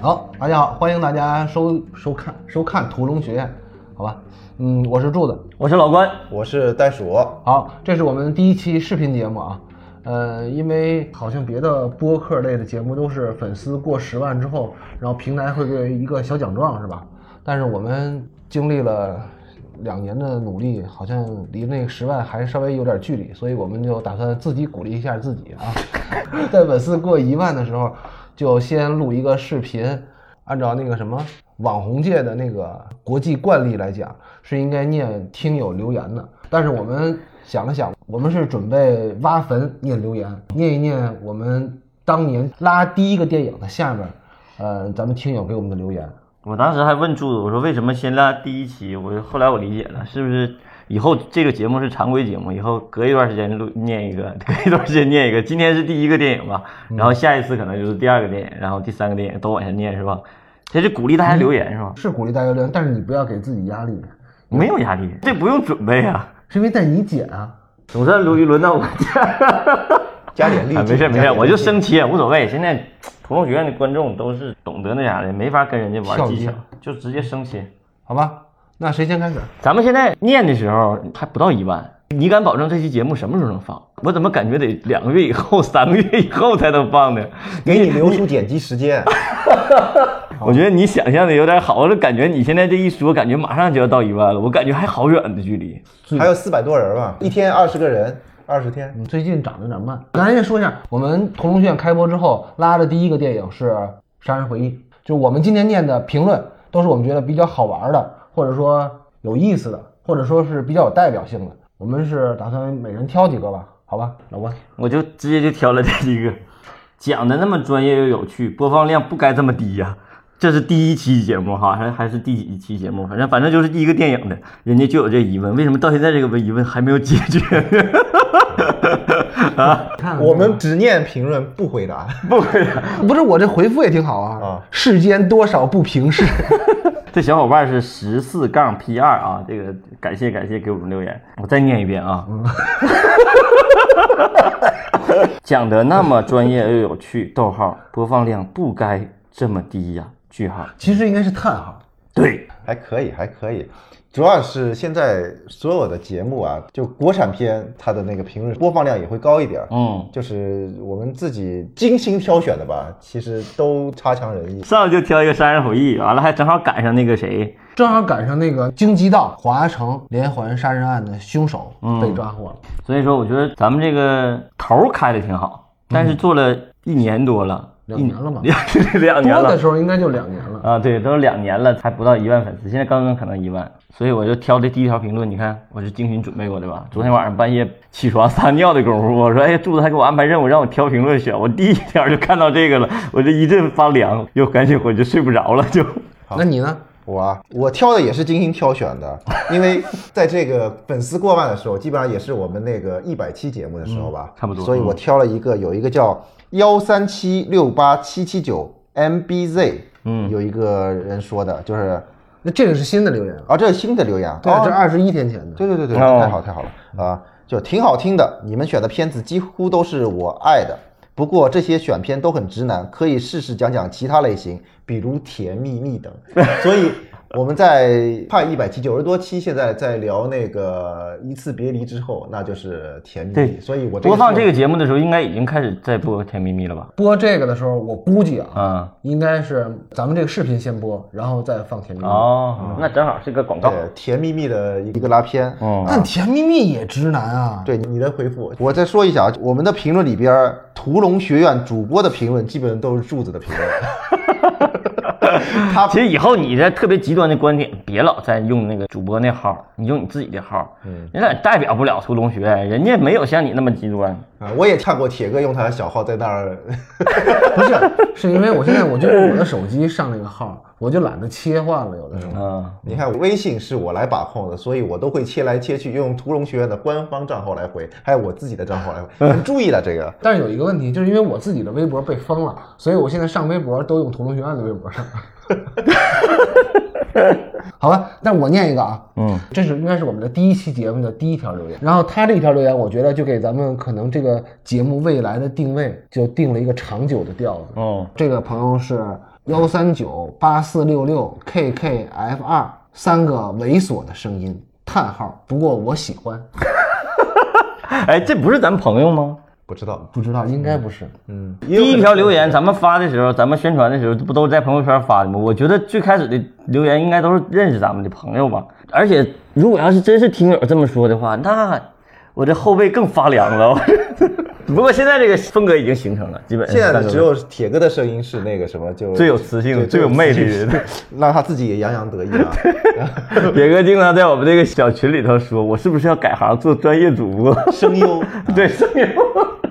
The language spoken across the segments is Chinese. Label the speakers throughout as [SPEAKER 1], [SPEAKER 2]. [SPEAKER 1] 好，大家好，欢迎大家收收看收看《屠龙学院》，好吧？嗯，我是柱子。
[SPEAKER 2] 我是老关，
[SPEAKER 3] 我是袋鼠，
[SPEAKER 1] 好，这是我们第一期视频节目啊。呃，因为好像别的播客类的节目都是粉丝过十万之后，然后平台会给一个小奖状，是吧？但是我们经历了两年的努力，好像离那十万还稍微有点距离，所以我们就打算自己鼓励一下自己啊。 在粉丝过一万的时候，就先录一个视频，按照那个什么网红界的那个国际惯例来讲，是应该念听友留言的。但是我们想了想，我们是准备挖坟念留言，念一念我们当年拉第一个电影的下面，呃，咱们听友给我们的留言。
[SPEAKER 2] 我当时还问柱子，我说为什么先拉第一期？我后来我理解了，是不是以后这个节目是常规节目，以后隔一段时间录念一个， 隔一段时间念一个。今天是第一个电影吧，然后下一次可能就是第二个电影，然后第三个电影都往下念是吧？这是鼓励大家留言是吧？
[SPEAKER 1] 是鼓励大家留言，但是你不要给自己压力，
[SPEAKER 2] 没有压力，这不用准备啊。
[SPEAKER 1] 是因为在你剪啊。
[SPEAKER 2] 总算轮轮到我家，
[SPEAKER 3] 加点力 气
[SPEAKER 2] 啊没事没
[SPEAKER 3] 加
[SPEAKER 2] 事，
[SPEAKER 3] 点
[SPEAKER 2] 我就
[SPEAKER 3] 力气
[SPEAKER 2] 生气也啊无所谓。现在屠龙学院的观众都是懂得那啥的，没法跟人家玩
[SPEAKER 1] 跳
[SPEAKER 2] 技
[SPEAKER 1] 级
[SPEAKER 2] 巧，就直接生气。
[SPEAKER 1] 好吧，那谁先开始？
[SPEAKER 2] 咱们现在念的时候还不到一万，你敢保证这期节目什么时候能放？我怎么感觉得两个月以后、三个月以后才能放呢？
[SPEAKER 3] 给你留出剪辑 时间。
[SPEAKER 2] 我觉得你想象的有点好，我就感觉你现在这一说，感觉马上就要到一万了，我感觉还好远的距离。
[SPEAKER 3] 还有四百多人 吧，一天二十个人，二十天。
[SPEAKER 1] 你嗯最近涨得有点慢。咱先说一下，我们屠龙学院开播之后拉的第一个电影是《杀人回忆》，就是我们今天念的评论都是我们觉得比较好玩的，或者说有意思的，或者说是比较有代表性的。我们是打算每人挑几个吧，好吧，老关。
[SPEAKER 2] 我就直接就挑了这一个，讲的那么专业又有趣，播放量不该这么低呀、这是第一期节目哈，还还是第几期节目？反正反正就是第一个电影的，人家就有这疑问，为什么到现在这个疑问还没有解决呢？
[SPEAKER 1] 看看
[SPEAKER 3] 我们只念评论不回答，
[SPEAKER 2] 不回答。
[SPEAKER 1] 不是我这回复也挺好啊，
[SPEAKER 3] 啊
[SPEAKER 1] 世间多少不平事。
[SPEAKER 2] 这小伙伴是十四杠 P 二啊，这个感谢感谢给我们留言，我再念一遍啊。
[SPEAKER 1] 嗯
[SPEAKER 2] 讲的那么专业又有趣，逗号，播放量不该这么低呀、句号。
[SPEAKER 1] 其实应该是叹号，
[SPEAKER 2] 对，
[SPEAKER 3] 还可以，还可以。主要是现在所有的节目啊，就国产片，它的那个评论播放量也会高一点。
[SPEAKER 2] 嗯，
[SPEAKER 3] 就是我们自己精心挑选的吧，其实都差强人意。
[SPEAKER 2] 上来就挑一个《杀人回忆》，完了还正好赶上那个谁，
[SPEAKER 1] 正好赶上那个京畿道华城连环杀人案的凶手被抓获了。
[SPEAKER 2] 所以说我觉得咱们这个头儿开的挺好，但是做了一年多了，
[SPEAKER 1] 嗯两年了吧
[SPEAKER 2] 一 两年
[SPEAKER 1] 播
[SPEAKER 2] 了
[SPEAKER 1] 的。时候应该就两年了。
[SPEAKER 2] 啊，对，都两年了，才不到一万粉丝，现在刚刚可能一万，所以我就挑这第一条评论，你看我是精心准备过的吧？昨天晚上半夜起床撒尿的功夫，我说，哎，柱子还给我安排任务，让我挑评论选，我第一条就看到这个了，我这一阵发凉，又赶紧回去睡不着了，就
[SPEAKER 1] 那你呢？
[SPEAKER 3] 我啊，我挑的也是精心挑选的，因为在这个粉丝过万的时候，基本上也是我们那个一百期节目的时候吧，
[SPEAKER 2] 差不多
[SPEAKER 3] 所以我挑了一个，有一个叫幺三七六八七七九 MBZ，嗯，有一个人说的，就是
[SPEAKER 1] 那这个是新的留言啊，
[SPEAKER 3] 啊，这是新的留言啊，
[SPEAKER 1] 对啊，
[SPEAKER 3] 哦
[SPEAKER 1] 这二十一天前的。
[SPEAKER 3] 对对对对，
[SPEAKER 2] 哦
[SPEAKER 3] 太好太好了啊，就挺好听的。你们选的片子几乎都是我爱的，不过这些选片都很直男，可以试试讲讲其他类型，比如《甜蜜蜜》 等。所以我们在快一百期九十多期，现在在聊那个一次别离之后，那就是《甜蜜蜜
[SPEAKER 2] 对》。
[SPEAKER 3] 所以我
[SPEAKER 2] 播放这
[SPEAKER 3] 个
[SPEAKER 2] 个节目的时候，应该已经开始在播《甜蜜蜜》了吧？
[SPEAKER 1] 播这个的时候，我估计啊，
[SPEAKER 2] 啊、
[SPEAKER 1] 应该是咱们这个视频先播，然后再放甜蜜蜜。
[SPEAKER 2] 哦，那正好是个广
[SPEAKER 3] 是
[SPEAKER 2] 告
[SPEAKER 3] 对，《甜蜜蜜》的一个拉片，
[SPEAKER 2] 嗯，
[SPEAKER 1] 但甜蜜蜜也直男啊，
[SPEAKER 3] 对你的回复，我再说一下啊，我们的评论里边儿，屠龙学院主播的评论基本都是柱子的评论。他
[SPEAKER 2] 其实以后你这特别极端的观点，别老再用那个主播那号，你用你自己的号，嗯，你俩代表不了屠龙学院，人家没有像你那么极端。
[SPEAKER 3] 啊，我也看过铁哥用他的小号在那儿，
[SPEAKER 1] 不是，是因为我现在我就是我的手机上那个号，我就懒得切换了，有的时候。
[SPEAKER 2] 嗯，
[SPEAKER 3] 你看微信是我来把控的，所以我都会切来切去，用屠龙学院的官方账号来回，还有我自己的账号来回，很注意了这个。
[SPEAKER 1] 但是有一个问题，就是因为我自己的微博被封了，所以我现在上微博都用屠龙学院的微博 上。好吧，那我念一个啊，嗯，这是应该是我们的第一期节目的第一条留言。然后他这条留言，我觉得就给咱们可能这个节目未来的定位就定了一个长久的调子。
[SPEAKER 2] 哦，
[SPEAKER 1] 这个朋友是幺三九八四六六 KKF 二三个猥琐的声音，叹号。不过我喜欢，
[SPEAKER 2] 哎，这不是咱朋友吗？
[SPEAKER 3] 不知道，
[SPEAKER 1] 不知道应该不是。
[SPEAKER 3] 嗯，
[SPEAKER 2] 第一条留言，咱们发的时候，咱们宣传的时候，不都是在朋友圈发的吗？我觉得最开始的留言应该都是认识咱们的朋友吧。而且，如果要是真是听友这么说的话，那我这后背更发凉了。 不过现在这个风格已经形成了，基本上
[SPEAKER 3] 现在的只有铁哥的声音是那个什么，就
[SPEAKER 2] 最有磁性、
[SPEAKER 3] 对
[SPEAKER 2] 最有魅力的。
[SPEAKER 3] 让他自己也洋洋得意啊。
[SPEAKER 2] 野哥经常在我们这个小群里头说，我是不是要改行做专业主播？
[SPEAKER 3] 声优，
[SPEAKER 2] 对，声 音。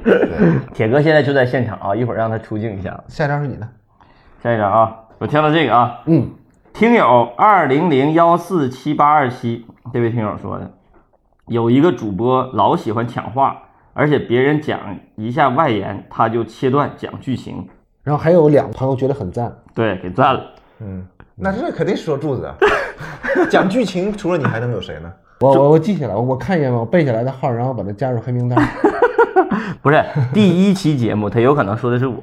[SPEAKER 2] 铁哥现在就在现场啊，一会儿让他出镜一下。
[SPEAKER 1] 下一张是你的，
[SPEAKER 2] 下一张啊，我挑到这个啊，
[SPEAKER 1] 嗯，
[SPEAKER 2] 听友二零零幺四七八二七这位听友说的，有一个主播老喜欢抢话，而且别人讲一下外延，他就切断讲剧情，
[SPEAKER 1] 然后还有两个朋友觉得很赞，
[SPEAKER 2] 对，给赞了。
[SPEAKER 3] 嗯，那这肯定是说柱子啊。讲剧情，除了你还能有谁呢？
[SPEAKER 1] 我我我记下来，我看一眼吧，我背下来的号，然后把它加入黑名单。
[SPEAKER 2] 不是第一期节目，他有可能说的是我，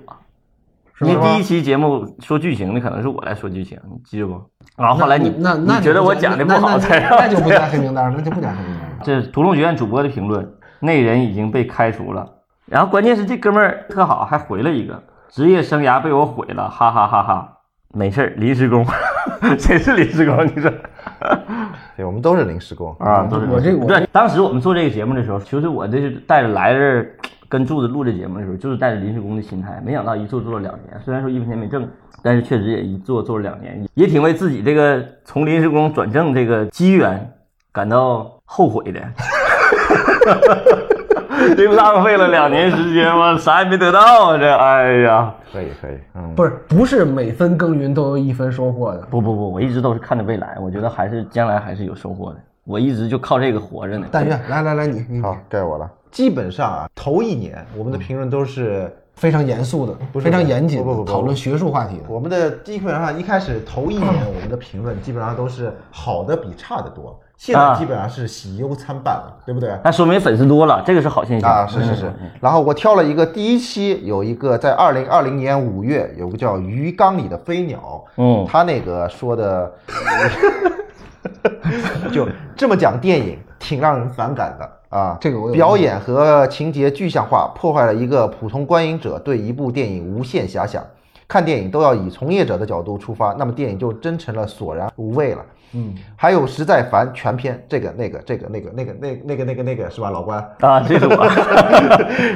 [SPEAKER 2] 因为第一期节目说剧情的可能是我来说剧情，你记住不？然后后来你
[SPEAKER 1] 那那
[SPEAKER 2] 你觉得我讲的不好才让
[SPEAKER 1] 那就不加黑名单，那就不加黑名单。
[SPEAKER 2] 这是屠龙学院主播的评论，那人已经被开除了。然后关键是这哥们儿特好，还回了一个职业生涯被我毁了，哈哈哈哈。没事儿，临时工， 谁是临时工？你说
[SPEAKER 3] 对，我们都是临时工。
[SPEAKER 2] 啊，都是
[SPEAKER 1] 我这我
[SPEAKER 2] 对。当时我们做这个节目的时候，其实我这是带着来这儿跟柱子录这节目的时候，就是带着临时工的心态。没想到一做做了两年，虽然说一分钱没挣，但是确实也一做做了两年，也挺为自己这个从临时工转正这个机缘感到后悔的。 这不浪费了两年时间吗？啥也没得到啊！这，哎呀，
[SPEAKER 3] 可以，可以，嗯，
[SPEAKER 1] 不是不是每分耕耘都有一分收获的，
[SPEAKER 2] 不不不，我一直都是看着未来，我觉得还是将来还是有收获的。我一直就靠这个活着呢。
[SPEAKER 1] 但愿来来来你你
[SPEAKER 3] 好，该我了。基本上啊，头一年我
[SPEAKER 2] 嗯
[SPEAKER 3] 们的评论都是
[SPEAKER 1] 非常严肃的，
[SPEAKER 3] 不是
[SPEAKER 1] 非常严谨的，
[SPEAKER 3] 不不不不
[SPEAKER 1] 讨论学术话题的。
[SPEAKER 3] 我们的基本啊上一开始头一年，我们的评论基本上都是好的比差的多，现在
[SPEAKER 2] 啊
[SPEAKER 3] 基本上是喜忧参半了，对不对？
[SPEAKER 2] 那说明粉丝多了，这个是好现象
[SPEAKER 3] 啊，
[SPEAKER 1] 嗯
[SPEAKER 3] 是是是。然后我挑了一个第一期，有一个在二零二零年五月有个叫鱼缸里的飞鸟，
[SPEAKER 1] 哦
[SPEAKER 2] 嗯
[SPEAKER 3] 他那个说的 就这么讲电影，挺让人反感的啊。
[SPEAKER 1] 这个我有
[SPEAKER 3] 表演和情节具象化，破坏了一个普通观影者对一部电影无限遐想。看电影都要以从业者的角度出发，那么电影就真成了索然无味了。嗯，还有实在烦全篇这个那个这个那个那个那个那个那个那个是吧，老关？
[SPEAKER 2] 啊，这是我。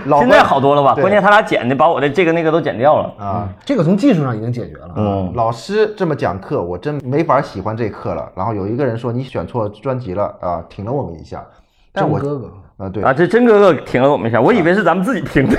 [SPEAKER 3] 老
[SPEAKER 2] 现
[SPEAKER 3] 关
[SPEAKER 2] 在好多了吧？
[SPEAKER 3] 对
[SPEAKER 2] 关键他俩剪的，把我的这个那个都剪掉了。
[SPEAKER 3] 啊，
[SPEAKER 1] 这个从技术上已经解决了。
[SPEAKER 2] 嗯，
[SPEAKER 3] 老师这么讲课，我真没法喜欢这课了。然后有一个人说你选错专辑了啊，挺了我们一下。但
[SPEAKER 1] 郑
[SPEAKER 3] 我
[SPEAKER 1] 哥哥，
[SPEAKER 3] 啊，对
[SPEAKER 2] 啊，这真哥哥挺了我们一下，我以为是咱们自己评的，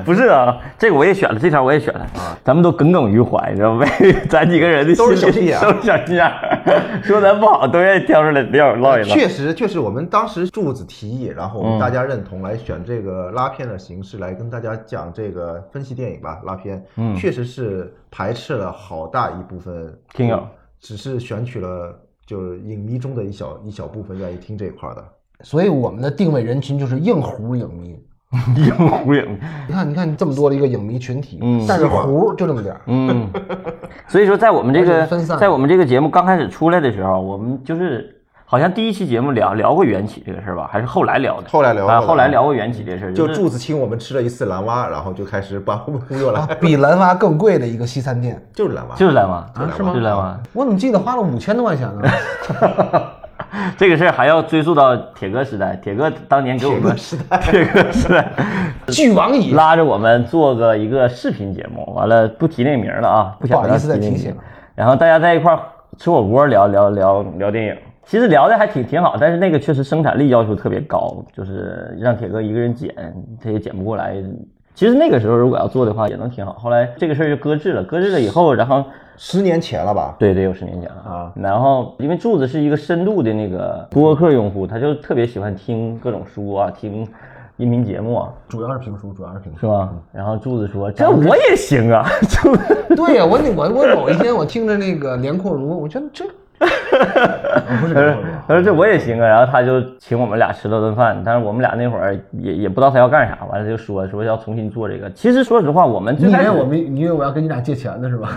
[SPEAKER 2] 不是啊，这个我也选了，这条我也选了，咱们都耿耿于怀，你知道吗？ 咱几个人的心
[SPEAKER 3] 都
[SPEAKER 2] 里
[SPEAKER 3] 是小心眼儿
[SPEAKER 2] 都是小心眼儿， 说咱不好都愿意挑出来撂唠一唠。
[SPEAKER 3] 确实确实，我们当时柱子提议，然后我们大家认同来选这个拉片的形式来跟大家讲这个分析电影吧，拉片，嗯，确实是排斥了好大一部分
[SPEAKER 2] 听 友，
[SPEAKER 3] 只是选取了就是影迷中的一小一小部分愿意听这一块的。
[SPEAKER 1] 所以我们的定位人群就是硬核影迷。
[SPEAKER 2] 硬忽影，
[SPEAKER 1] 你看，你看这么多的一个影迷群体，
[SPEAKER 2] 嗯
[SPEAKER 1] 但是胡就这么点儿。
[SPEAKER 2] 嗯，所以说在我们这
[SPEAKER 1] 而
[SPEAKER 2] 个
[SPEAKER 1] 且分散
[SPEAKER 2] 在我们这个节目刚开始出来的时候，我们就是好像第一期节目聊聊过缘起这个事儿吧，还是后来聊的？
[SPEAKER 3] 后来聊
[SPEAKER 2] 啊，
[SPEAKER 3] 后来
[SPEAKER 2] 后来聊过缘起这事儿，
[SPEAKER 3] 就是柱子请我们吃了一次蓝蛙，然后就开始把我们忽 悠
[SPEAKER 1] 啊
[SPEAKER 3] 来，，
[SPEAKER 1] 比蓝蛙更贵的一个西餐店，
[SPEAKER 3] 就是蓝蛙，
[SPEAKER 2] 就是蓝蛙
[SPEAKER 3] 就是蓝蛙
[SPEAKER 2] 是吗？就是蓝蛙，
[SPEAKER 1] 我怎么记得花了五千多块钱呢？
[SPEAKER 2] 这个事儿还要追溯到铁哥时代，铁哥当年给我们时代， 铁哥时代
[SPEAKER 1] 巨王椅，
[SPEAKER 2] 拉着我们做个一个视频节目，完了不提那名儿了啊，不想
[SPEAKER 1] 不好意思再提醒了。
[SPEAKER 2] 然后大家在一块儿吃火锅聊聊聊聊电影，其实聊的还挺挺好，但是那个确实生产力要求特别高，就是让铁哥一个人剪，他也剪不过来。其实那个时候如果要做的话也能挺好，后来这个事儿就搁置了，搁置了以后，然后
[SPEAKER 3] 十年前了吧？
[SPEAKER 2] 对，得有十年前了
[SPEAKER 3] 啊。
[SPEAKER 2] 然后因为柱子是一个深度的那个播客用户，他就特别喜欢听各种书啊，听音频节目啊，
[SPEAKER 1] 主要是评书，主要是评书。
[SPEAKER 2] 是吧？然后柱子说：“嗯这我也行啊。”柱子
[SPEAKER 1] 对呀、我我我某一天我听着那个连阔如，我觉得这 啊不是
[SPEAKER 2] 他
[SPEAKER 1] 给
[SPEAKER 2] 说
[SPEAKER 1] 后边
[SPEAKER 2] 他说这我也行啊，然后他就请我们俩吃了顿饭，但是我们俩那会儿也也不知道他要干啥，完了就说说要重新做这个。其实说实话，我们最
[SPEAKER 1] 你以
[SPEAKER 2] 开
[SPEAKER 1] 为
[SPEAKER 2] 始
[SPEAKER 1] 我们，你以为我要跟你俩借钱呢是吧？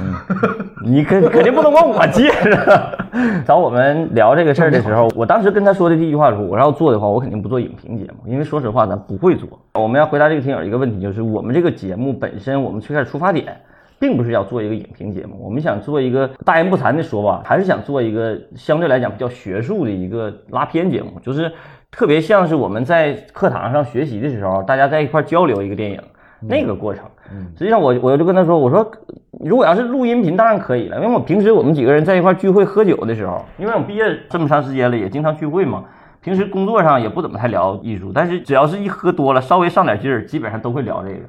[SPEAKER 2] 你肯肯定不能管我借着。 找我们聊这个事儿的时候，我当时跟他说的第一句话是：我要做的话，我肯定不做影评节目，因为说实话，咱不会做。我们要回答这个听友一个问题，就是我们这个节目本身，我们最开始出发点。并不是要做一个影评节目，我们想做一个大言不惭的说吧，还是想做一个相对来讲比较学术的一个拉片节目，就是特别像是我们在课堂上学习的时候，大家在一块儿交流一个电影，
[SPEAKER 3] 嗯
[SPEAKER 2] 那个过程。实际上我我就跟他说，我说如果要是录音频当然可以了，因为我平时我们几个人在一块儿聚会喝酒的时候，因为我毕业这么长时间了，也经常聚会嘛。平时工作上也不怎么太聊艺术，但是只要是一喝多了，稍微上点劲儿，基本上都会聊这个。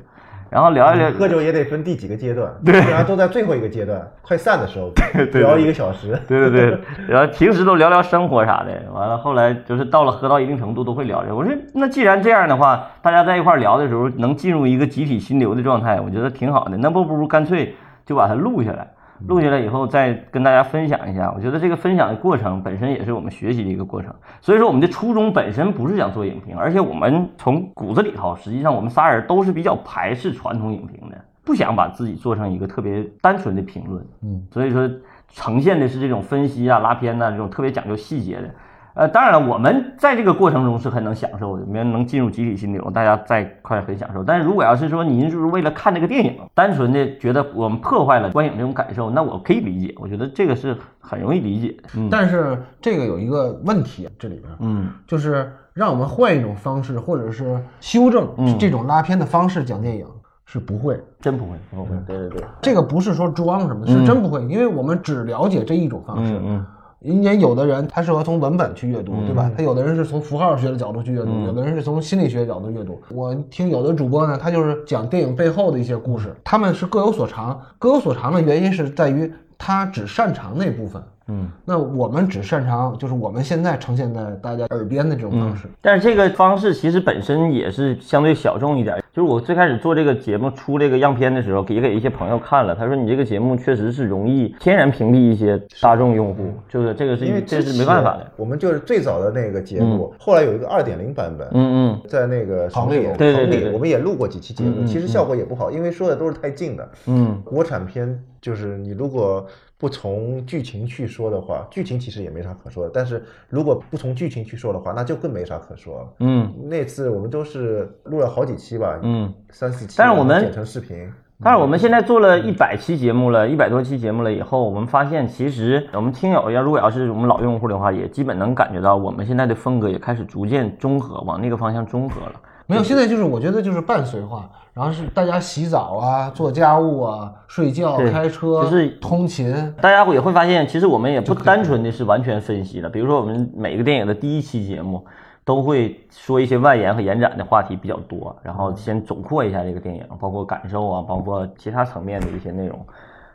[SPEAKER 2] 然后聊一聊，
[SPEAKER 3] 喝酒也得分第几个阶段，对，然后都在最后一个阶段，快散的时候聊一个小时。
[SPEAKER 2] 对对对，然后平时都聊聊生活啥的，完了后来就是到了喝到一定程度都会聊这。我说那既然这样的话，大家在一块儿聊的时候能进入一个集体心流的状态，我觉得挺好的。那不不如干脆就把它录下来，录下来以后再跟大家分享一下。我觉得这个分享的过程本身也是我们学习的一个过程。所以说我们的初衷本身不是想做影评，而且我们从骨子里头，实际上我们仨人都是比较排斥传统影评的。不想把自己做成一个特别单纯的评论，嗯，所以说呈现的是这种分析啊、拉片呐、这种特别讲究细节的。呃，当然了，我们在这个过程中是很能享受的，我们能进入集体心流，大家在一块儿很享受。但是如果要是说您就是为了看这个电影，单纯的觉得我们破坏了观影这种感受，那我可以理解，我觉得这个是很容易理解的。嗯
[SPEAKER 1] 但是这个有一个问题，啊这里边，
[SPEAKER 2] 嗯，
[SPEAKER 1] 就是让我们换一种方式，或者是修正这种拉片的方式讲电影，是不会。
[SPEAKER 2] 真不会，不会，对对对，
[SPEAKER 1] 这个不是说装什么，是真不会，因为我们只了解这一种方式。
[SPEAKER 2] 嗯
[SPEAKER 1] 因为有的人他适合从文本去阅读，对吧？他有的人是从符号学的角度去阅读，
[SPEAKER 2] 嗯
[SPEAKER 1] 有的人是从心理学的角度阅读。我听有的主播呢，他就是讲电影背后的一些故事，他们是各有所长。各有所长的原因是在于他只擅长那部分。
[SPEAKER 2] 嗯。
[SPEAKER 1] 那我们只擅长就是我们现在呈现在大家耳边的这种方式。
[SPEAKER 2] 但是这个方式其实本身也是相对小众一点。就是我最开始做这个节目出这个样片的时候，也给一些朋友看了，他说你这个节目确实是容易天然屏蔽一些大众用户，就是这个是
[SPEAKER 3] 因为
[SPEAKER 2] 这
[SPEAKER 3] 之
[SPEAKER 2] 是没办法
[SPEAKER 3] 前
[SPEAKER 2] 的。
[SPEAKER 3] 我们就是最早的那个节目，后来有一个二点零版本，
[SPEAKER 2] 嗯
[SPEAKER 3] 在那个省里，
[SPEAKER 2] 对对对
[SPEAKER 3] 省
[SPEAKER 2] 对
[SPEAKER 3] 里我们也录过几期节目，其实效果也不好，因为说的都是太近的。
[SPEAKER 2] 嗯
[SPEAKER 3] 国产片就是你如果不从剧情去说的话，剧情其实也没啥可说的，但是如果不从剧情去说的话，那就更没啥可说了。
[SPEAKER 2] 嗯嗯
[SPEAKER 3] 那次我们都是录了好几期吧，
[SPEAKER 2] 嗯。
[SPEAKER 3] 三四期，
[SPEAKER 2] 但是我们
[SPEAKER 3] 剪成视频，
[SPEAKER 2] 但是我们现在做了一百期节目了，一百多期节目了以后，我们发现其实我们听友要如果要是我们老用户的话，也基本能感觉到我们现在的风格也开始逐渐中和，往那个方向中和了。
[SPEAKER 1] 没有，现在就是我觉得就是伴随化，然后是大家洗澡啊、做家务啊、睡觉、
[SPEAKER 2] 对
[SPEAKER 1] 开车、
[SPEAKER 2] 就是
[SPEAKER 1] 通勤，
[SPEAKER 2] 大家也会发现，其实我们也不单纯的是完全分析了。比如说，我们每个电影的第一期节目都会说一些外延和延展的话题比较多，然后先总括一下这个电影，包括感受啊，包括其他层面的一些内容。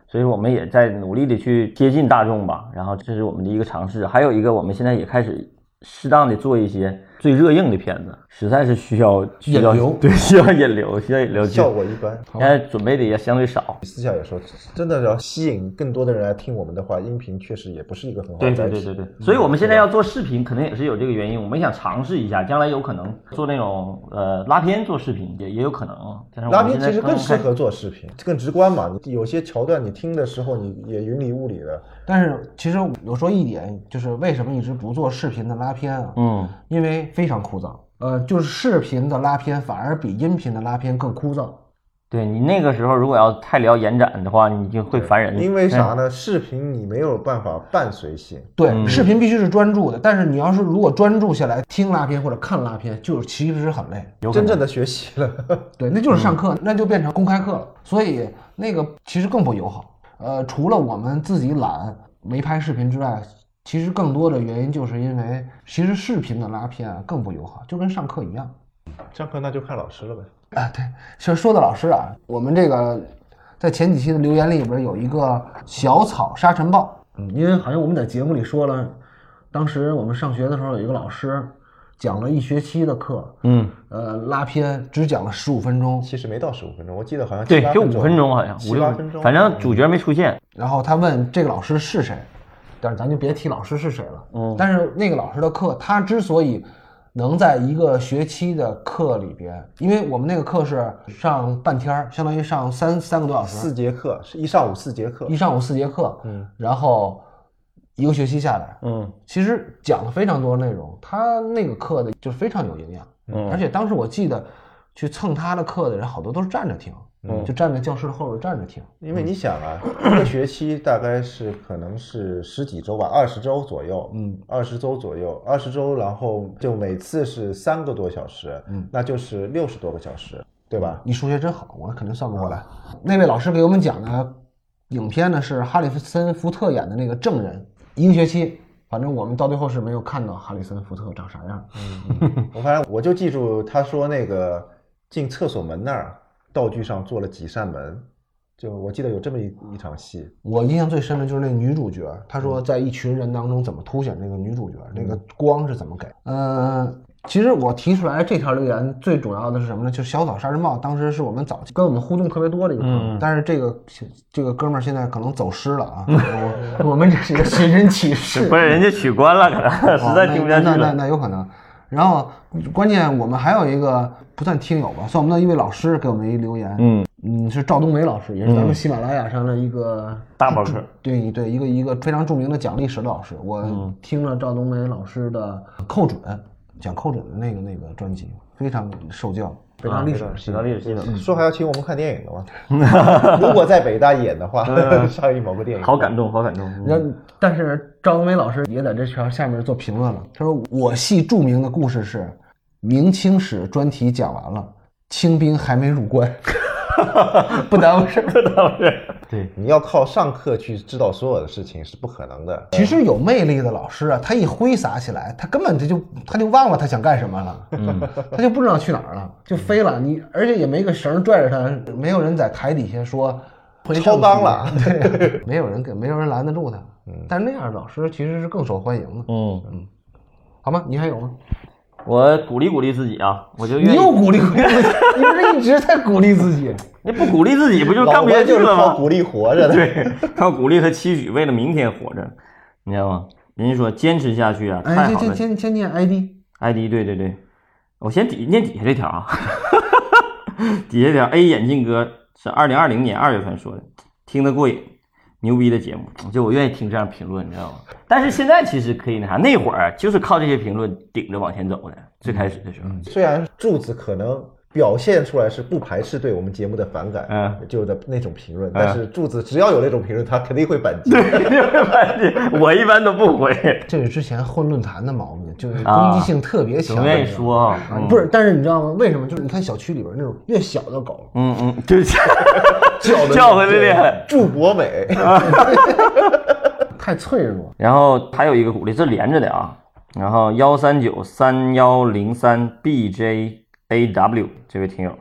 [SPEAKER 2] 所以我们也在努力的去贴近大众吧，然后这是我们的一个尝试。还有一个，我们现在也开始适当的做一些最热映的片子，实在是需要需要
[SPEAKER 1] 引流
[SPEAKER 2] 对，需要引流，需要引流。
[SPEAKER 3] 效果一般。
[SPEAKER 2] 现在准备的也相对少，
[SPEAKER 3] 私下也说，真的要吸引更多的人来听我们的话，音频确实也不是一个很好
[SPEAKER 2] 对
[SPEAKER 3] 的
[SPEAKER 2] 对
[SPEAKER 3] 载
[SPEAKER 2] 对
[SPEAKER 3] 体
[SPEAKER 2] 对。对，所以我们现在要做视频，可能也是有这个原因。我们想尝试一下，将来有可能做那种呃拉片做视频，也也有可能。但是我
[SPEAKER 3] 拉
[SPEAKER 2] 们
[SPEAKER 3] 片
[SPEAKER 2] 现在
[SPEAKER 3] 其实
[SPEAKER 2] 刚
[SPEAKER 3] 更
[SPEAKER 2] 刚
[SPEAKER 3] 适
[SPEAKER 2] 开
[SPEAKER 3] 合做视频，更直观嘛。你有些桥段你听的时候，你也云里雾里的。
[SPEAKER 1] 但是其实有说一点，就是为什么一直不做视频的拉片啊？
[SPEAKER 2] 嗯，
[SPEAKER 1] 因为非常枯燥。呃，就是视频的拉片反而比音频的拉片更枯燥。
[SPEAKER 2] 对你那个时候如果要太聊延展的话，你就会烦人。
[SPEAKER 3] 因为啥
[SPEAKER 2] 哎
[SPEAKER 3] 呢？视频你没有办法伴随性，
[SPEAKER 1] 对，视频必须是专注的，但是你要是如果专注下来听拉片或者看拉片，就是其实很累。
[SPEAKER 3] 真正的学习了。
[SPEAKER 1] 对，那就是上课，那就变成公开课了。所以那个其实更不友好。呃，除了我们自己懒没拍视频之外，其实更多的原因就是因为其实视频的拉片啊更不友好，就跟上课一样。
[SPEAKER 3] 上课那就看老师了呗。
[SPEAKER 1] 啊，对，其实说到老师啊，我们这个在前几期的留言里边有一个小草沙尘暴，嗯，因为好像我们在节目里说了，当时我们上学的时候有一个老师讲了一学期的课，
[SPEAKER 2] 嗯，
[SPEAKER 1] 呃，拉片只讲了十五分钟，
[SPEAKER 3] 其实没到十五分钟，我记得好像
[SPEAKER 2] 对
[SPEAKER 3] 七八，
[SPEAKER 2] 就五分钟好像
[SPEAKER 3] 七
[SPEAKER 2] 五六
[SPEAKER 3] 八分钟，嗯
[SPEAKER 2] 反正主角没出现。
[SPEAKER 1] 然后他问这个老师是谁，但是咱就别提老师是谁了。
[SPEAKER 2] 嗯
[SPEAKER 1] 但是那个老师的课，他之所以能在一个学期的课里边，因为我们那个课是上半天儿，相当于上三三个多小时，
[SPEAKER 3] 四节课是一上午四节课
[SPEAKER 1] 一，上午四节课，
[SPEAKER 3] 嗯，
[SPEAKER 1] 然后一个学期下来，
[SPEAKER 2] 嗯
[SPEAKER 1] 其实讲了非常多内容，他那个课的就是非常有营养，
[SPEAKER 2] 嗯
[SPEAKER 1] 而且当时我记得去蹭他的课的人好多都是站着听，
[SPEAKER 2] 嗯
[SPEAKER 1] 就站在教室的后边站着听，
[SPEAKER 3] 因为你想啊，一个学期大概是可能是十几周吧，二十周左右，
[SPEAKER 1] 嗯，
[SPEAKER 3] 二十周左右，二十周，然后就每次是三个多小时，嗯，那就是六十多个小时，对吧？
[SPEAKER 1] 你数学真好，我肯定算不过来。那位老师给我们讲的影片呢是哈里森福特演的那个证人，一个学期，反正我们到最后是没有看到哈里森福特长啥样。
[SPEAKER 3] 我反正我就记住他说那个进厕所门那儿道具上做了几扇门，就我记得有这么一一场戏，
[SPEAKER 1] 我印象最深的就是那女主角，她说在一群人当中怎么凸显这个女主角，那个光是怎么给。嗯，其实我提出来这条留言最主要的是什么呢？就是小草杀人帽，当时是我们早期跟我们互动特别多的一个朋友，
[SPEAKER 2] 嗯
[SPEAKER 1] 但是这个这个哥们儿现在可能走失了啊。我我们这是一个寻人 启事，
[SPEAKER 2] 不是人家取关了，可能
[SPEAKER 1] 哦
[SPEAKER 2] 实在听不下去
[SPEAKER 1] 那那那
[SPEAKER 2] 了。
[SPEAKER 1] 那有可能。然后，关键我们还有一个不算听友吧，算我们的一位老师给我们一留言，
[SPEAKER 2] 嗯，
[SPEAKER 1] 嗯，是赵冬梅老师，也是咱们喜马拉雅上的一个
[SPEAKER 2] 大宝课，
[SPEAKER 1] 对对，一个一个非常著名的讲历史的老师，我听了赵冬梅老师的《寇准》，讲寇准的那个那个专辑，非常受教，非
[SPEAKER 2] 啊
[SPEAKER 1] 常历史
[SPEAKER 2] 史到历史系统，
[SPEAKER 3] 说还要请我们看电影的吗？ 如果在北大演的话， 上映某个电影，
[SPEAKER 2] 好感动，好感动。嗯
[SPEAKER 1] 然后，但是赵冬梅老师也在这条下面做评论了。他说：“我系著名的故事是，明清史专题讲完了，清兵还没入关， 不耽误事儿。
[SPEAKER 2] 倒是 对，
[SPEAKER 3] 你要靠上课去知道所有的事情是不可能的。
[SPEAKER 1] 其实有魅力的老师啊，他一挥洒起来，他根本他就他就忘了他想干什么了，
[SPEAKER 2] 嗯
[SPEAKER 1] 他就不知道去哪儿了，就飞了。你而且也没个绳儿拽着他，没有人在台底下说回
[SPEAKER 3] 超
[SPEAKER 1] 正
[SPEAKER 3] 纲
[SPEAKER 1] 题
[SPEAKER 3] 了
[SPEAKER 1] 对，没有人给，没有人拦得住他。但是那样的老师其实是更受欢迎的，
[SPEAKER 2] 嗯，
[SPEAKER 1] 好吗？你还有吗？
[SPEAKER 2] 我鼓励鼓励自己啊，我就
[SPEAKER 1] 你
[SPEAKER 2] 愿
[SPEAKER 1] 又
[SPEAKER 2] 意。
[SPEAKER 1] 鼓励鼓励自己， 你不是一直在鼓励自己？
[SPEAKER 2] 你不鼓励自己，不就干
[SPEAKER 3] 老
[SPEAKER 2] 不下
[SPEAKER 3] 关
[SPEAKER 2] 去
[SPEAKER 3] 就是
[SPEAKER 2] 了
[SPEAKER 3] 靠
[SPEAKER 2] 吗？
[SPEAKER 3] 鼓励活着的。
[SPEAKER 2] 对，靠鼓励和期许，为了明天活着，你知道吗？人家说坚持下去啊，
[SPEAKER 1] 哎，
[SPEAKER 2] 太
[SPEAKER 1] 先
[SPEAKER 2] 好了
[SPEAKER 1] 先。先先念 ID，
[SPEAKER 2] ID 对对对，我先底念底下这条啊， 底下这条 A 眼镜哥是二零二零年二月份说的，听得过瘾，牛逼的节目，就我愿意听这样评论，你知道吗？但是现在其实可以那啥，那会儿啊就是靠这些评论顶着往前走的，最开始的时候，
[SPEAKER 3] 虽然柱子可能表现出来是不排斥对我们节目的反感，
[SPEAKER 2] 嗯
[SPEAKER 3] 就的那种评论，但是柱子只要有那种评论，他肯定会反 击。
[SPEAKER 2] 我一般都不回，
[SPEAKER 1] 这是之前混论坛的毛病，就是攻击性特别强的
[SPEAKER 2] 啊总
[SPEAKER 1] 那种。
[SPEAKER 2] 愿意说啊，嗯
[SPEAKER 1] 不是，但是你知道吗？为什么？就是你看小区里边那种越小的狗，
[SPEAKER 2] 嗯嗯，就是
[SPEAKER 3] 叫的
[SPEAKER 2] 叫回来的很。
[SPEAKER 3] 祝国美，
[SPEAKER 2] 嗯
[SPEAKER 1] 太脆弱。
[SPEAKER 2] 然后还有一个鼓励，这连着的啊。然后幺三九三幺零三 bjaw 这位听友，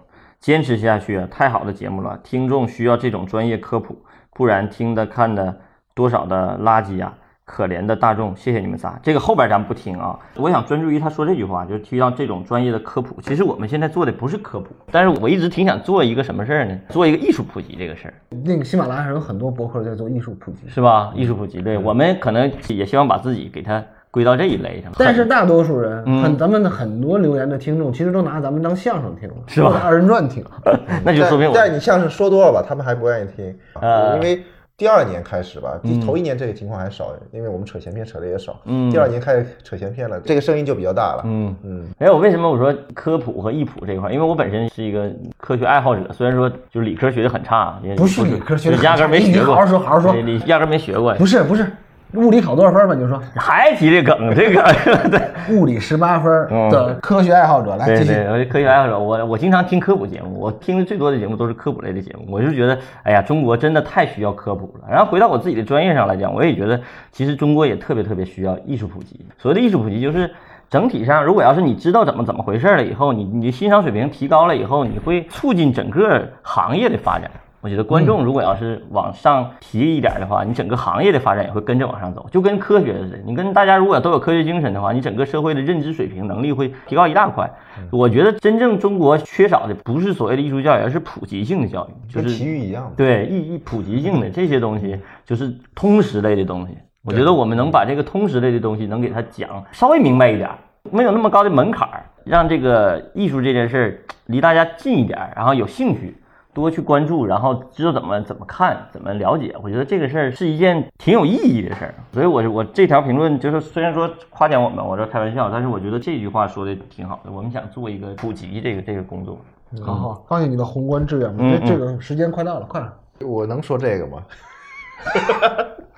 [SPEAKER 2] 坚持下去啊，太好的节目了，听众需要这种专业科普，不然听的看的多少的垃圾啊，可怜的大众，谢谢你们仨。这个后边咱不听啊，我想专注于他说这句话，就是提到这种专业的科普。其实我们现在做的不是科普，但是我一直挺想做一个什么事儿呢？做一个艺术普及这个事儿。
[SPEAKER 1] 那个喜马拉雅上有很多博客在做艺术普及，
[SPEAKER 2] 是吧？艺术普及，对
[SPEAKER 1] 嗯
[SPEAKER 2] 我们可能也希望把自己给它归到这一类上。
[SPEAKER 1] 但是大多数人，
[SPEAKER 2] 嗯
[SPEAKER 1] 很咱们的很多留言的听众，其实都拿咱们当相声听，
[SPEAKER 2] 是吧
[SPEAKER 1] 或者二人转 听。
[SPEAKER 2] 那就说明我
[SPEAKER 3] 但但你相声说多了吧，他们还不愿意听，啊
[SPEAKER 2] 呃
[SPEAKER 3] 因为。第二年开始吧，第头一年这个情况还少，因为我们扯闲篇扯的也少。
[SPEAKER 2] 嗯
[SPEAKER 3] 第二年开始扯闲篇了，这个声音就比较大了。
[SPEAKER 2] 嗯
[SPEAKER 3] 嗯，
[SPEAKER 2] 哎，我为什么我说科普和艺普这一块儿？因为我本身是一个科学爱好者，虽然说就是理科学的很差，啊也
[SPEAKER 1] 不是理科学得很差
[SPEAKER 2] 就压根儿没学
[SPEAKER 1] 你
[SPEAKER 2] 过。
[SPEAKER 1] 好好说好好说
[SPEAKER 2] 对你压根儿没学过。
[SPEAKER 1] 不是不是，物理考多少分吧？你就说
[SPEAKER 2] 还提这梗，这个 对
[SPEAKER 1] 物理十八分的科学爱好者，来继续。嗯
[SPEAKER 2] 嗯对对，我是科学爱好者，我我经常听科普节目，我听的最多的节目都是科普类的节目。我就觉得，哎呀，中国真的太需要科普了。然后回到我自己的专业上来讲，我也觉得其实中国也特别特别需要艺术普及。所谓的艺术普及，就是整体上，如果要是你知道怎么怎么回事了以后，你你的欣赏水平提高了以后，你会促进整个行业的发展。我觉得观众如果要是往上提一点的话，你整个行业的发展也会跟着往上走，就跟科学似的。你跟大家如果都有科学精神的话，你整个社会的认知水平能力会提高一大块。我觉得真正中国缺少的不是所谓的艺术教育，而是普及性的教育，就
[SPEAKER 3] 跟体
[SPEAKER 2] 是
[SPEAKER 3] 育一样嘛。
[SPEAKER 2] 对意义普及性的这些东西，就是通识类的东西。我觉得我们能把这个通识类的东西能给他讲稍微明白一点儿，没有那么高的门槛儿，让这个艺术这件事儿离大家近一点儿，然后有兴趣。多去关注，然后知道怎么怎么看，怎么了解。我觉得这个事儿是一件挺有意义的事儿，所以我我这条评论就是虽然说夸奖我们，我这开玩笑，但是我觉得这句话说的挺好的。我们想做一个普及这个这个工作，
[SPEAKER 1] 好好，放弃你的宏观志愿吧，
[SPEAKER 2] 嗯
[SPEAKER 1] 这这个时间快到了，快了。
[SPEAKER 3] 我能说这个吗？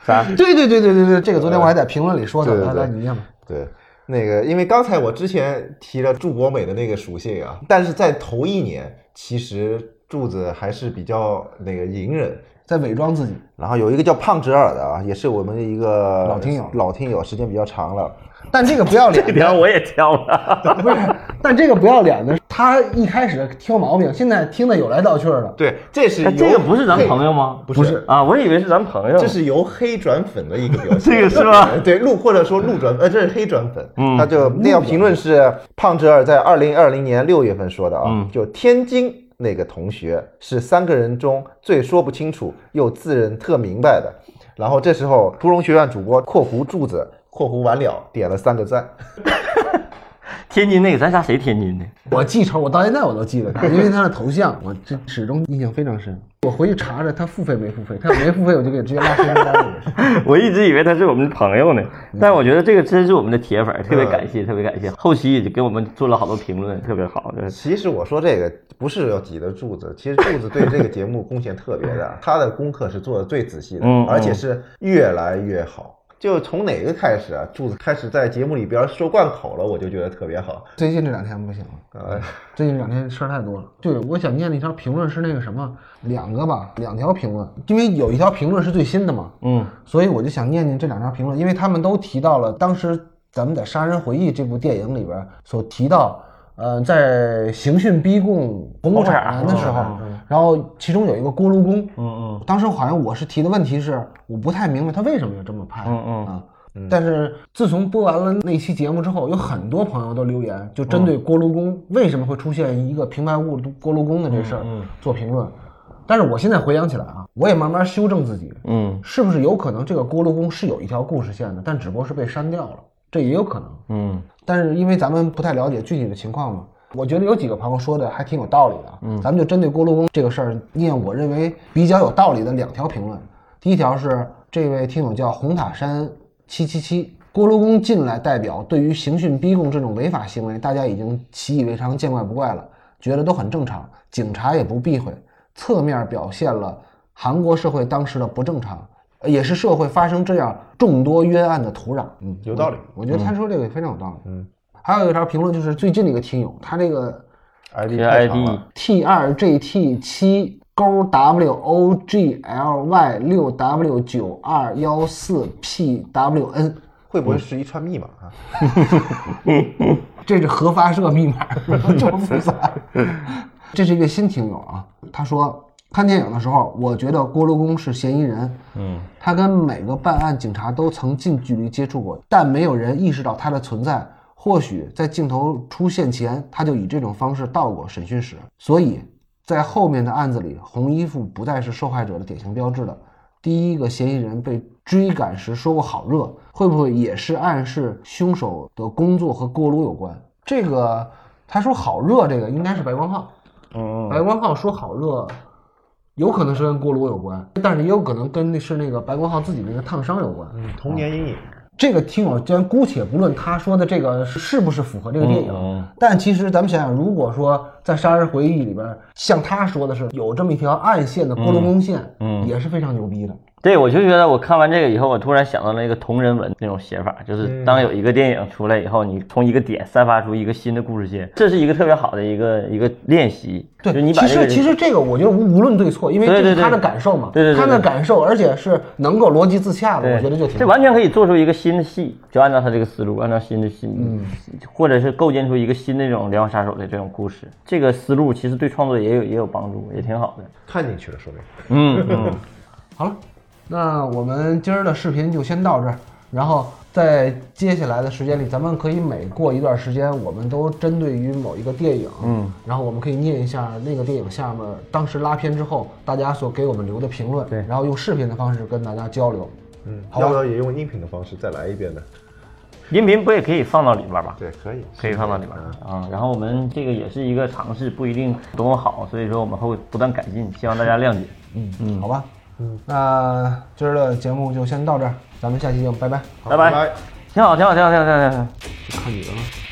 [SPEAKER 2] 啥？
[SPEAKER 1] 对对对对对对，这个昨天我还在评论里说呢，
[SPEAKER 3] 对对
[SPEAKER 1] 来
[SPEAKER 3] 对
[SPEAKER 1] 来你念吧。
[SPEAKER 3] 对，那个因为刚才我之前提了驻国美的那个属性啊，但是在头一年，其实柱子还是比较那个隐忍。
[SPEAKER 1] 在伪装自己，
[SPEAKER 3] 然后有一个叫胖侄儿的啊，也是我们的一个
[SPEAKER 1] 老听友
[SPEAKER 3] 老听友时间比较长了。
[SPEAKER 1] 但这个不要脸
[SPEAKER 2] 这条我也挑了，
[SPEAKER 1] 不是，但这个不要脸的，他一开始挑毛病，现在听得有来道去儿的。
[SPEAKER 3] 对，这是
[SPEAKER 2] 哎
[SPEAKER 3] 由
[SPEAKER 2] 这个不是咱
[SPEAKER 3] 黑
[SPEAKER 2] 朋友吗？
[SPEAKER 3] 不是，
[SPEAKER 2] 啊，我以为是咱朋友。
[SPEAKER 3] 这是由黑转粉的一 个表现。
[SPEAKER 2] 这个是吗？
[SPEAKER 3] 对，路或者说路转，呃，这是黑转粉。
[SPEAKER 2] 嗯
[SPEAKER 3] 他就那条评论是胖侄儿在二零二零年六月份说的啊，
[SPEAKER 2] 嗯
[SPEAKER 3] 就天津那个同学是三个人中最说不清楚又自认特明白的。然后这时候，屠龙学院主播（括弧柱子）（括弧完了）点了三个赞。
[SPEAKER 2] 天津那个，咱仨谁天津的？
[SPEAKER 1] 我记仇，我到现在我都记得他，因为他的头像，我这始终印象非常深。我回去查查他付费没付费，他要没付费，我就给直接拉黑名单里。
[SPEAKER 2] 我一直以为他是我们的朋友呢，但我觉得这个真是我们的铁粉，特别感谢，特别感谢。后期也给我们做了好多评论，特别好的。
[SPEAKER 3] 其实我说这个不是要挤得柱子，其实柱子对这个节目贡献特别
[SPEAKER 4] 嗯
[SPEAKER 3] 大，他的功课是做的最仔细的
[SPEAKER 2] 嗯，
[SPEAKER 3] 而且是越来越好。就从哪个开始啊？柱子开始在节目里边说贯口了，我就觉得特别好。
[SPEAKER 1] 最近这两天不行了，
[SPEAKER 4] 嗯
[SPEAKER 3] 呃，
[SPEAKER 1] 最近这两天事儿太多了。对，我想念的一条评论是那个什么，两个吧，两条评论，因为有一条评论是最新的嘛，
[SPEAKER 2] 嗯，
[SPEAKER 1] 所以我就想念念这两条评论，因为他们都提到了当时咱们在《杀人回忆》这部电影里边所提到，呃，在刑讯逼供红
[SPEAKER 2] 红
[SPEAKER 1] 火
[SPEAKER 2] 火
[SPEAKER 1] 产
[SPEAKER 2] 产
[SPEAKER 1] 的时候，然后其中有一个锅炉工，
[SPEAKER 2] 嗯
[SPEAKER 1] 当时好像我是提的问题是，我不太明白他为什么要这么拍，
[SPEAKER 2] 嗯嗯
[SPEAKER 1] 啊。但是自从播完了那期节目之后，有很多朋友都留言，就针对
[SPEAKER 2] 嗯
[SPEAKER 1] 锅炉工为什么会出现一个平白无故的锅炉工的这事儿
[SPEAKER 2] 嗯
[SPEAKER 1] 做评论。但是我现在回想起来啊，我也慢慢修正自己，
[SPEAKER 2] 嗯
[SPEAKER 1] 是不是有可能这个锅炉工是有一条故事线的，但只不过是被删掉了，这也有可能。
[SPEAKER 2] 嗯
[SPEAKER 1] 但是因为咱们不太了解具体的情况嘛，我觉得有几个朋友说的还挺有道理的。嗯，咱们就针对锅炉工这个事儿念我认为比较有道理的两条评论。第一条是这位听友叫红塔山七七七，锅炉工进来代表对于刑讯逼供这种违法行为，大家已经习以为常、见怪不怪了，觉得都很正常，警察也不避讳，侧面表现了韩国社会当时的不正常。呃也是社会发生这样众多冤案的土壤，嗯，
[SPEAKER 3] 有道理
[SPEAKER 1] 我觉得他说这个非常有道理。嗯，还有一条评论就是最近的一个听友，他这个
[SPEAKER 3] ，ID
[SPEAKER 2] 这
[SPEAKER 3] 太
[SPEAKER 2] ID
[SPEAKER 3] 长了。
[SPEAKER 1] T 二 G T 七勾 W O G L Y 六 W 九二幺四 P W N，
[SPEAKER 3] 会不会是一串密码啊？
[SPEAKER 1] 这是核发射密码， 这么复 杂。这是一个新听友啊，他说看电影的时候，我觉得锅炉工是嫌疑人，
[SPEAKER 2] 嗯
[SPEAKER 1] 他跟每个办案警察都曾近距离接触过，但没有人意识到他的存在。或许在镜头出现前，他就以这种方式到过审讯室，所以在后面的案子里，红衣服不再是受害者的典型标志了。第一个嫌疑人被追赶时说过“好热”，会不会也是暗示凶手的工作和锅炉有关？这个他说“好热”，这个应该是白光浩。
[SPEAKER 2] 嗯
[SPEAKER 1] 白光浩说好热，有可能是跟锅炉有关，但是也有可能跟那是那个白光浩自己那个烫伤有关。
[SPEAKER 3] 嗯，童年阴影。
[SPEAKER 1] 这个听友既然姑且不论他说的这个是不是符合这个电影，
[SPEAKER 2] 嗯嗯
[SPEAKER 1] 但其实咱们想想，如果说在《杀人回忆》里边，像他说的是有这么一条暗线的锅炉工线，
[SPEAKER 2] 嗯嗯
[SPEAKER 1] 也是非常牛逼的。
[SPEAKER 2] 对，我就觉得我看完这个以后，我突然想到了一个同人文那种写法，就是当有一个电影出来以后，你从一个点散发出一个新的故事线，这是一个特别好的一个一个练习。
[SPEAKER 1] 对，
[SPEAKER 2] 就是你把
[SPEAKER 1] 其
[SPEAKER 2] 这
[SPEAKER 1] 实
[SPEAKER 2] 个人
[SPEAKER 1] 其实这个我觉得无无论对错，因为这
[SPEAKER 2] 对
[SPEAKER 1] 是
[SPEAKER 2] 对对
[SPEAKER 1] 他的感受嘛，
[SPEAKER 2] 对对对对
[SPEAKER 1] 他的感受，而且是能够逻辑自洽的，
[SPEAKER 2] 对
[SPEAKER 1] 我觉得就挺
[SPEAKER 2] 这
[SPEAKER 1] 好。
[SPEAKER 2] 完全可以做出一个新的戏，就按照他这个思路，按照新的新，或者是构建出一个新的这种连环杀手的这种故事。这个思路其实对创作也有也有帮助，也挺好的。
[SPEAKER 3] 看进去了，说明。
[SPEAKER 2] 嗯嗯，
[SPEAKER 1] 好了，那我们今儿的视频就先到这儿，然后在接下来的时间里，咱们可以每过一段时间，我们都针对于某一个电影，嗯，然后我们可以念一下那个电影下面当时拉片之后大家所给我们留的评论，
[SPEAKER 2] 对
[SPEAKER 1] 然后用视频的方式跟大家交流。
[SPEAKER 4] 嗯，要不要也用音频的方式再来一遍呢？
[SPEAKER 2] 音频不也可以放到里边儿吧？
[SPEAKER 4] 对，可以，
[SPEAKER 2] 可以放到里边儿啊。然后我们这个也是一个尝试，不一定多么好，所以说我们会不断改进，希望大家谅解。
[SPEAKER 1] 嗯嗯，好吧，嗯，那今儿的节目就先到这儿，咱们下期见，拜拜。
[SPEAKER 4] 好
[SPEAKER 2] 拜拜
[SPEAKER 4] 拜拜
[SPEAKER 2] 挺好，挺好，挺好，挺好，挺好，挺好。
[SPEAKER 1] 看你的了。